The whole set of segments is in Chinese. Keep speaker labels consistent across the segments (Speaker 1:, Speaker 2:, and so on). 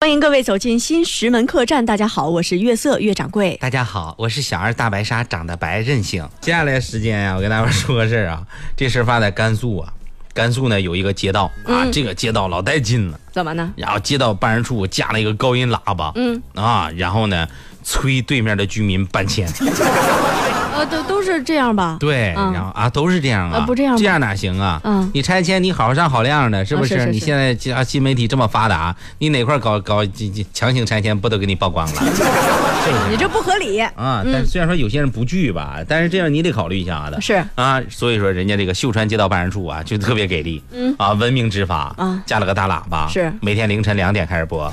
Speaker 1: 欢迎各位走进新石门客栈。大家好，我是月色月掌柜。
Speaker 2: 大家好，我是小儿大白鲨，长得白任性。接下来时间呀、我跟大伙儿说个事儿啊， 这事儿发在甘肃啊。甘肃呢有一个街道啊，
Speaker 1: 嗯
Speaker 2: 这个街道老带劲了。
Speaker 1: 怎么呢？
Speaker 2: 然后街道办事处架了一个高音喇叭，嗯啊，然后呢催对面的居民 搬迁。
Speaker 1: 呃，都都是这样吧？
Speaker 2: 对，
Speaker 1: 嗯
Speaker 2: 然后啊都是这样啊，
Speaker 1: 啊不这样吗
Speaker 2: 这样哪行啊？
Speaker 1: 嗯
Speaker 2: 你拆迁你好上好量的，是不
Speaker 1: 啊是是
Speaker 2: 你
Speaker 1: 是
Speaker 2: 现在这啊新媒体这么发达，你哪块儿搞搞这这强行拆迁不都给你曝光 了？
Speaker 1: 你这不合 理。
Speaker 2: 啊，
Speaker 1: 嗯
Speaker 2: 但是虽然说有些人不惧吧，但是这样你得考虑一下的。
Speaker 1: 是
Speaker 2: 啊，所以说人家这个秀川街道办事处啊，就特别给力，嗯啊，文明执法
Speaker 1: 啊
Speaker 2: 加了个大喇叭，
Speaker 1: 是
Speaker 2: 每天凌晨两点开始播。
Speaker 1: 啊，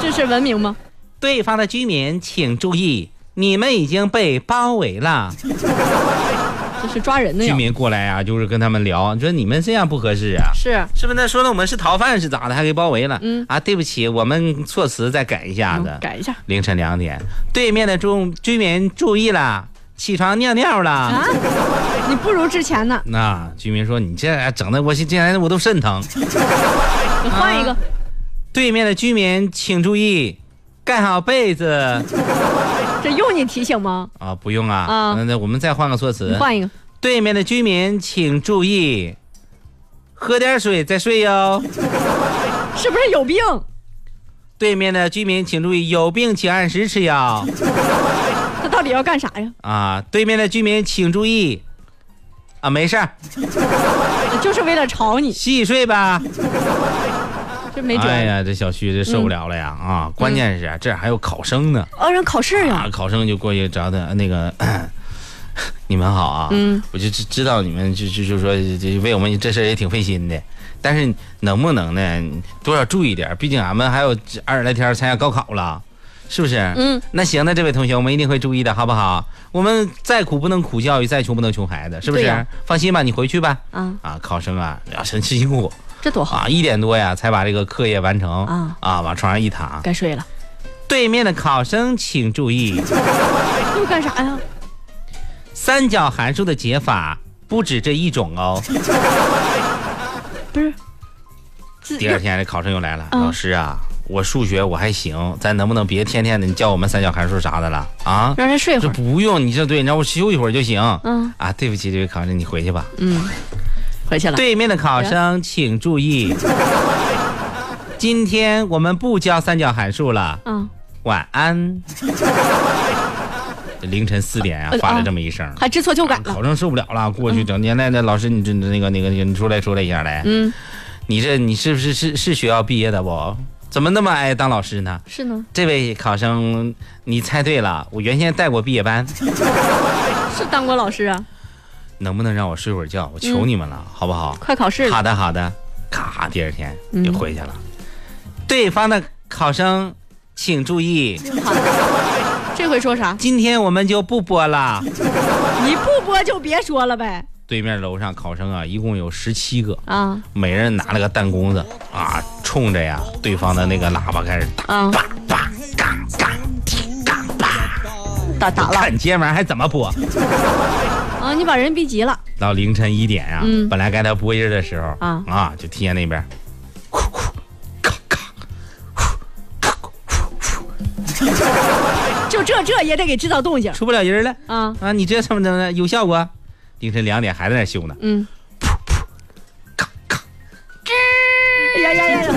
Speaker 1: 这是文明吗？
Speaker 2: 对方的居民请注意，你们已经被包围了。
Speaker 1: 这是抓人的
Speaker 2: 居
Speaker 1: 呀。
Speaker 2: 民过来啊，就是跟他们聊，说你们这样不合适啊。
Speaker 1: 是
Speaker 2: 是不是？那说的我们是逃犯是咋的？还给包围了？
Speaker 1: 嗯
Speaker 2: 啊，对不起，我们措辞再改一下子。
Speaker 1: 嗯改一下
Speaker 2: 凌晨两点，对面的中居民注意啦，起床尿尿啦。
Speaker 1: 啊，你不如之前呢，
Speaker 2: 那居民说：“你这整的我现现在我都肾疼。
Speaker 1: 你换一个。
Speaker 2: 对面的居民请注意，盖好被子
Speaker 1: 这用你提醒吗？
Speaker 2: 啊，不用啊。
Speaker 1: 啊
Speaker 2: 那那我们再换个措
Speaker 1: 你
Speaker 2: 辞。
Speaker 1: 换一个。
Speaker 2: 对面的居民请注意，喝点水再睡哟。
Speaker 1: 是不是有病？
Speaker 2: 对面的居民请注意，有病请按时吃药
Speaker 1: 他到底要干啥呀？
Speaker 2: 啊。对面的居民请注意，啊，没事儿，
Speaker 1: 就是为了吵你，
Speaker 2: 洗洗睡吧。”
Speaker 1: 这没嗯辙。
Speaker 2: 哎呀，这小旭这受不了了呀！啊，关键是啊这还有考生呢。
Speaker 1: 哦，让考试呀
Speaker 2: 啊，。考生就过去找他那个， 你们好啊，
Speaker 1: 嗯，
Speaker 2: 我就知知道你们就就就说这为我们这事儿也挺费心的，但是能不能呢多少注意点儿？毕竟俺们还有二十来天儿参加高考了，是不是？
Speaker 1: 嗯，
Speaker 2: 那行，那这位同学，我们一定会注意的，好不好？我们再苦不能苦教育，再穷不能穷孩子，是不
Speaker 1: 对
Speaker 2: 是
Speaker 1: 呀？
Speaker 2: 放心吧，你回去吧。
Speaker 1: 啊，
Speaker 2: 啊，考生啊，啊，真辛苦
Speaker 1: 这多好，
Speaker 2: 啊，一点多呀才把这个课业完成
Speaker 1: 啊
Speaker 2: 啊，往床上一躺。
Speaker 1: 该睡了。
Speaker 2: 对面的考生请注意。
Speaker 1: 又干啥呀？
Speaker 2: 三角函数的解法不止这一种哦。
Speaker 1: 不是，这
Speaker 2: 第二天这考生又来了，
Speaker 1: 嗯
Speaker 2: 老师啊，我数学我还行，咱能不能别天天的教我们三角函数啥的了啊？
Speaker 1: 让人睡会
Speaker 2: 这
Speaker 1: 儿。
Speaker 2: 不用，你这对，你让我休一会儿就行。
Speaker 1: 嗯
Speaker 2: 啊，对不起，这位考生，你回去吧。
Speaker 1: 嗯，回去了。
Speaker 2: 对面的考生请注意，今天我们不教三角函数了，
Speaker 1: 嗯，
Speaker 2: 晚安。 凌晨四点啊
Speaker 1: 呃，
Speaker 2: 发
Speaker 1: 啊
Speaker 2: 了这么一声。
Speaker 1: 还知错就改了。
Speaker 2: 考生受不了
Speaker 1: 嗯
Speaker 2: 了，过去整天来那老师，你这那个那个，你出来出来一下来。
Speaker 1: 嗯，
Speaker 2: 你这你是不是是是学校毕业的不？怎么那么爱当老师呢？
Speaker 1: 是呢，
Speaker 2: 这位考生，你猜对了，我原先带过毕业班，
Speaker 1: 是当过老师啊，
Speaker 2: 能不能让我睡会儿觉？我求你们了，
Speaker 1: 嗯
Speaker 2: 好不好？
Speaker 1: 快考试了。
Speaker 2: 好的好的，咔，第二天
Speaker 1: 嗯
Speaker 2: 就回去了。对方的考生，请注意，
Speaker 1: 好这回说啥？
Speaker 2: 今天我们就不播了。
Speaker 1: 你不播就别说了呗。
Speaker 2: 对面楼上考生啊，一共有十七个，
Speaker 1: 啊
Speaker 2: 每人拿了个弹弓子啊，冲着呀对方的那个喇叭开始打，
Speaker 1: 啊，
Speaker 2: 叭叭嘎嘎踢嘎叭，
Speaker 1: 打打了
Speaker 2: 看你今天晚上还怎么播？
Speaker 1: 啊！你把人逼急了
Speaker 2: 到凌晨一点啊，
Speaker 1: 嗯
Speaker 2: 本来该他播音儿的时候
Speaker 1: 啊
Speaker 2: 就听见那边，哭哭咔咔，
Speaker 1: 就这这也得给制造动静
Speaker 2: 出不了音儿了
Speaker 1: 啊。
Speaker 2: 啊！你这怎么怎么的有效果？凌晨两点还在那儿修呢，
Speaker 1: 嗯，
Speaker 2: 咔咔
Speaker 1: 哎呀呀呀呀，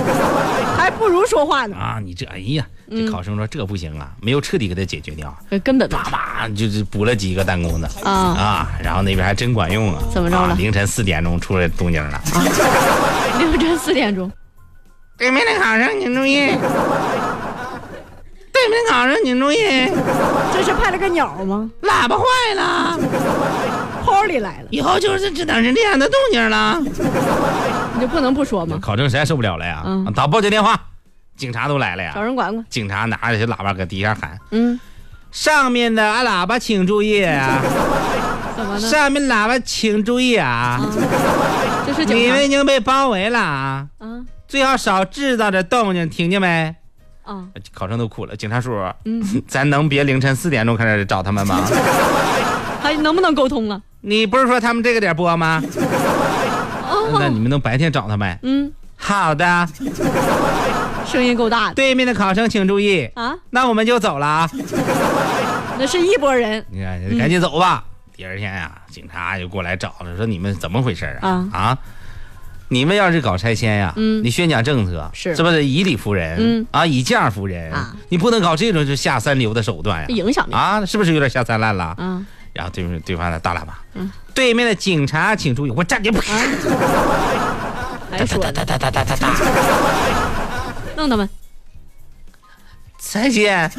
Speaker 1: 还不如说话呢，
Speaker 2: 啊！你这哎呀，
Speaker 1: 嗯
Speaker 2: 这考生说这不行啊，没有彻底给他解决掉，
Speaker 1: 呃根本
Speaker 2: 叭
Speaker 1: 吧
Speaker 2: 叭就是补了几个弹弓子。
Speaker 1: 啊，
Speaker 2: 啊，然后那边还真管用啊！
Speaker 1: 怎么着了
Speaker 2: 啊凌晨四点钟出来动静了。
Speaker 1: 凌晨四点钟，
Speaker 2: 对面的考生请注意， 对面的考生请注意，
Speaker 1: 这是派了个鸟吗？
Speaker 2: 喇叭坏了，
Speaker 1: 泡里来了，
Speaker 2: 以后就是只能是这样的动静了。
Speaker 1: 你就不能不说吗？
Speaker 2: 考生实在受不了了呀，
Speaker 1: 嗯
Speaker 2: 打报警电话，警察都来了
Speaker 1: 找
Speaker 2: 呀。
Speaker 1: 人管管。
Speaker 2: 警察拿着这喇叭搁底下喊
Speaker 1: 嗯，：“
Speaker 2: 上面的按喇叭请注意啊！
Speaker 1: 怎么呢？
Speaker 2: 上面喇叭请注意啊！
Speaker 1: 这是
Speaker 2: 你
Speaker 1: 警
Speaker 2: 们已经被包围了啊！
Speaker 1: 察啊
Speaker 2: 最好少制造这动静，听见没？”
Speaker 1: 啊！
Speaker 2: 考生都哭了，警察叔叔，
Speaker 1: 嗯
Speaker 2: 咱能别凌晨四点钟开始找他们吗？
Speaker 1: 还能不能沟通啊了？
Speaker 2: 你不是说他们这个点播 吗？那
Speaker 1: 哦，
Speaker 2: 你们能白天找他们？
Speaker 1: 嗯，
Speaker 2: 好的，
Speaker 1: 声音够大的
Speaker 2: 对面的考生请注意，
Speaker 1: 啊！
Speaker 2: 那我们就走了啊！
Speaker 1: 那是一拨人，
Speaker 2: 你看，赶紧走吧。第二天呀、警察就过来找了，说你们怎么回事啊？啊，你们要是搞拆迁呀、
Speaker 1: 嗯
Speaker 2: 你宣讲政策
Speaker 1: 是
Speaker 2: 是不是以理服人？
Speaker 1: 嗯
Speaker 2: 啊，以价服人
Speaker 1: 啊
Speaker 2: 你不能搞这种就下三流的手段呀、
Speaker 1: 影响力
Speaker 2: 啊！是不是有点下三滥了？
Speaker 1: 啊！嗯
Speaker 2: 然后对面对方的大喇叭，对面的警察请注意，我站你啪！啊
Speaker 1: 还哎说呢
Speaker 2: 哒哒哒哒哒哒，
Speaker 1: 弄他们
Speaker 2: 再见。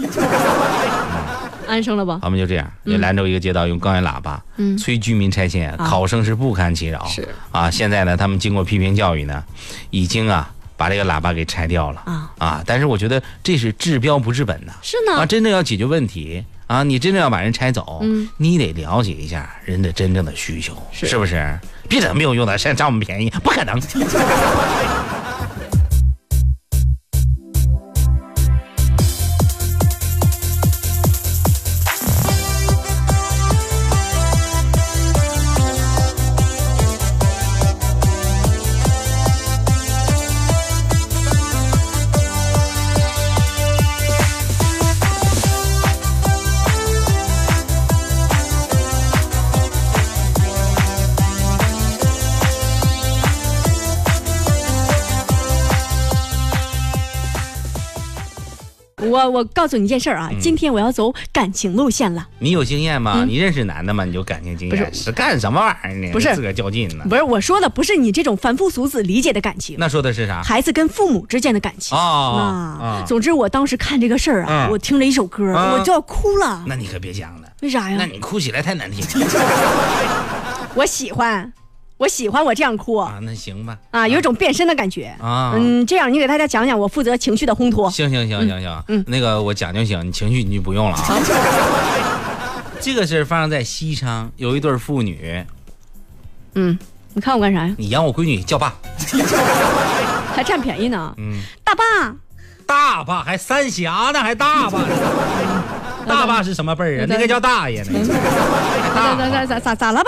Speaker 1: 安生了吧？
Speaker 2: 他们就这样，就兰州一个街道用高音喇叭、
Speaker 1: 嗯
Speaker 2: 催居民拆迁，
Speaker 1: 啊
Speaker 2: 考生是不堪其扰。
Speaker 1: 是
Speaker 2: 啊，现在呢，他们经过批评教育呢，已经啊把这个喇叭给拆掉了
Speaker 1: 啊，嗯
Speaker 2: 啊。但是我觉得这是治标不治本呐、
Speaker 1: 是
Speaker 2: 啊，
Speaker 1: 呢，
Speaker 2: 真正要解决问题啊，你真正要把人拆走，
Speaker 1: 嗯
Speaker 2: 你得了解一下人的真正的需求，
Speaker 1: 是
Speaker 2: 不是？别整没有用的，占占我们便宜，不可能。
Speaker 1: 我我告诉你一件事儿啊，
Speaker 2: 嗯
Speaker 1: 今天我要走感情路线了。
Speaker 2: 你有经验吗？你认识男的吗？你有感情经验？
Speaker 1: 嗯不
Speaker 2: 是干什么玩意儿呢？
Speaker 1: 不是
Speaker 2: 自个儿较劲呢？
Speaker 1: 不是我说的，不是你这种凡夫俗子理解的感情，
Speaker 2: 那说的是啥？
Speaker 1: 孩子跟父母之间的感情。
Speaker 2: 哦
Speaker 1: 啊，，
Speaker 2: 哦
Speaker 1: 总之我当时看这个事儿啊，
Speaker 2: 嗯
Speaker 1: 我听了一首歌，
Speaker 2: 嗯
Speaker 1: 我就要哭了。
Speaker 2: 那你可别讲了。
Speaker 1: 为啥
Speaker 2: 那
Speaker 1: 呀？
Speaker 2: 你哭起来太难听
Speaker 1: 我喜欢，我喜欢我这样哭
Speaker 2: 啊！那行吧，
Speaker 1: 啊，有一种变身的感觉。
Speaker 2: 啊，
Speaker 1: 嗯，这样你给大家讲讲，我负责情绪的烘托。
Speaker 2: 行行行行行，那个我讲就行，你情绪你就不用了啊。 这个事儿发生在西昌，有一对儿父女，
Speaker 1: 嗯，你看我干啥呀？
Speaker 2: 你养我闺女叫爸，
Speaker 1: 还占便宜呢。
Speaker 2: 嗯，
Speaker 1: 大爸，
Speaker 2: 大爸还三峡呢，还大爸呢，大爸是什么辈儿啊？那个叫大爷呢。
Speaker 1: 咋咋
Speaker 2: 大
Speaker 1: 咋
Speaker 2: 爸
Speaker 1: 咋咋咋了吧？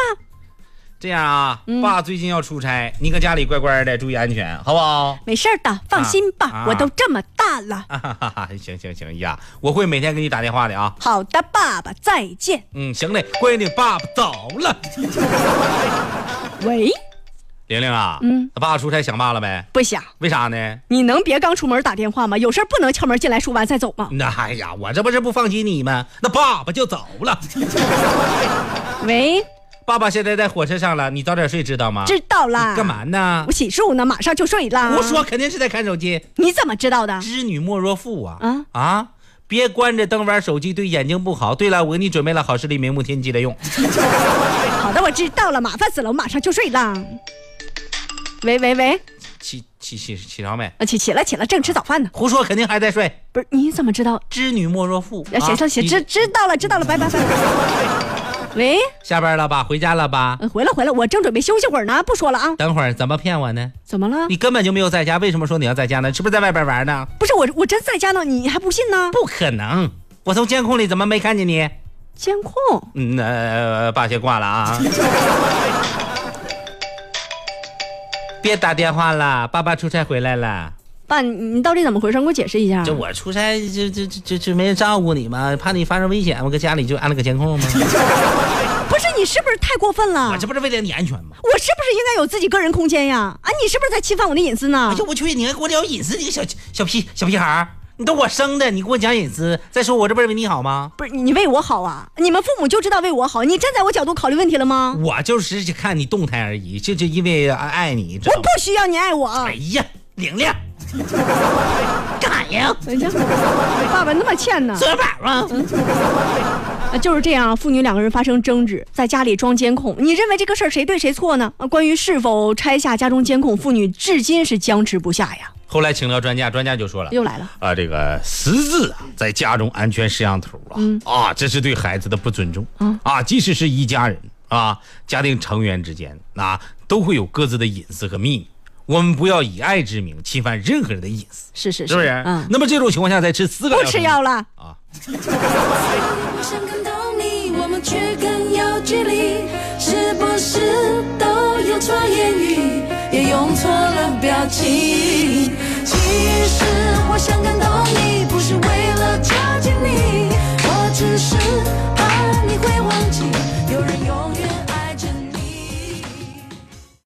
Speaker 2: 这样啊，爸最近要出差，你搁家里乖乖的，注意安全，好不好？
Speaker 1: 没事儿的，放心吧，
Speaker 2: 啊
Speaker 1: 我都这么大了。
Speaker 2: 啊哈哈哈，行行行呀，我会每天给你打电话的啊。
Speaker 1: 好的，爸爸，再见。
Speaker 2: 嗯，行嘞，闺女，爸爸走了。
Speaker 1: 喂，
Speaker 2: 玲玲啊，
Speaker 1: 嗯，
Speaker 2: 他爸出差想爸了呗？
Speaker 1: 不想，
Speaker 2: 为啥呢？
Speaker 1: 你能别刚出门打电话吗？有事儿不能敲门进来说完再走吗？
Speaker 2: 那哎呀，我这不是不放心你吗？那爸爸就走了，
Speaker 1: 喂，
Speaker 2: 爸爸现在在火车上了，你早点睡，知道吗？
Speaker 1: 知道啦。啊
Speaker 2: 干？嘛呢
Speaker 1: 我？洗漱呢，马上就睡啦。
Speaker 2: 胡说，，肯定是在看手机。
Speaker 1: 你怎么知道的？
Speaker 2: 织女莫若父啊
Speaker 1: 啊
Speaker 2: 啊！别关着灯玩手机，对眼睛不好。对了，我给你准备了好视力明目天记的用。
Speaker 1: 好的，我知道了，麻烦死了，我马上就睡啦。喂喂喂，
Speaker 2: 起起起起床没？
Speaker 1: 啊起起了起了，正吃早饭呢。
Speaker 2: 胡说，肯定还在睡。
Speaker 1: 不是，你怎么知道？
Speaker 2: 织女莫若父。
Speaker 1: 啊，行行行，
Speaker 2: 你
Speaker 1: 知知道了知道了，拜拜拜拜。 喂，
Speaker 2: 下班了吧？回家了吧？
Speaker 1: 呃回来回来，我正准备休息会儿呢，不说了啊。
Speaker 2: 等会儿怎么骗我呢？
Speaker 1: 怎么 了？
Speaker 2: 你根本就没有在家，为什么说你要在家呢？是不是在外边玩呢？
Speaker 1: 不是我，我真在家呢，你还不信呢？
Speaker 2: 不可能！我从监控里怎么没看见你？
Speaker 1: 监控，
Speaker 2: 嗯，那、呃、爸先挂了啊！ 别打电话了，爸爸出差回来了。
Speaker 1: 爸，你你到底怎么回事？你给我解释一下。
Speaker 2: 这我出差，这这这这这没人照顾你嘛，怕你发生危险，我搁家里就安了个监控嘛。
Speaker 1: 不是你是不是太过分了？
Speaker 2: 我 这不是为了你安全吗？
Speaker 1: 我是不是应该有自己个人空间呀？啊，你是不是在侵犯我的隐私呢
Speaker 2: 哎？呦我去，你还给我聊隐私，你个小小屁小屁孩儿，你都我生的，你给我讲隐私。再说我这不是为你好吗？
Speaker 1: 不是你为我好啊，你们父母就知道为我好，你站在我角度考虑问题了吗？
Speaker 2: 我就是看你动态而已，就就因为爱爱你，知
Speaker 1: 我
Speaker 2: 道吗
Speaker 1: 不？需要你爱我。啊
Speaker 2: 哎呀，玲玲，干啥呀？
Speaker 1: 等一下，你爸爸那么欠呢？
Speaker 2: 折板吗？
Speaker 1: 啊，就是这样，父女两个人发生争执，在家里装监控，你认为这个事儿谁对谁错呢？啊，关于是否拆下家中监控，父女至今是僵持不下呀。
Speaker 2: 后来请到专家，专家就说了。
Speaker 1: 又来了，
Speaker 2: 啊，这个识字啊，在家中安全摄像头啊，啊，这是对孩子的不尊重、啊，即使是一家人啊，家庭成员之间啊，都会有各自的隐私和秘密。我们不要以爱之名侵犯任何人的隐私，
Speaker 1: 是是
Speaker 2: 是不是？
Speaker 1: 嗯，
Speaker 2: 那么这种情况下，再吃四个
Speaker 1: 不吃药了。
Speaker 2: 啊，
Speaker 3: 我想感动你，我们却更有距离，是不是都用错言语，也用错了表情？请于是我想感动。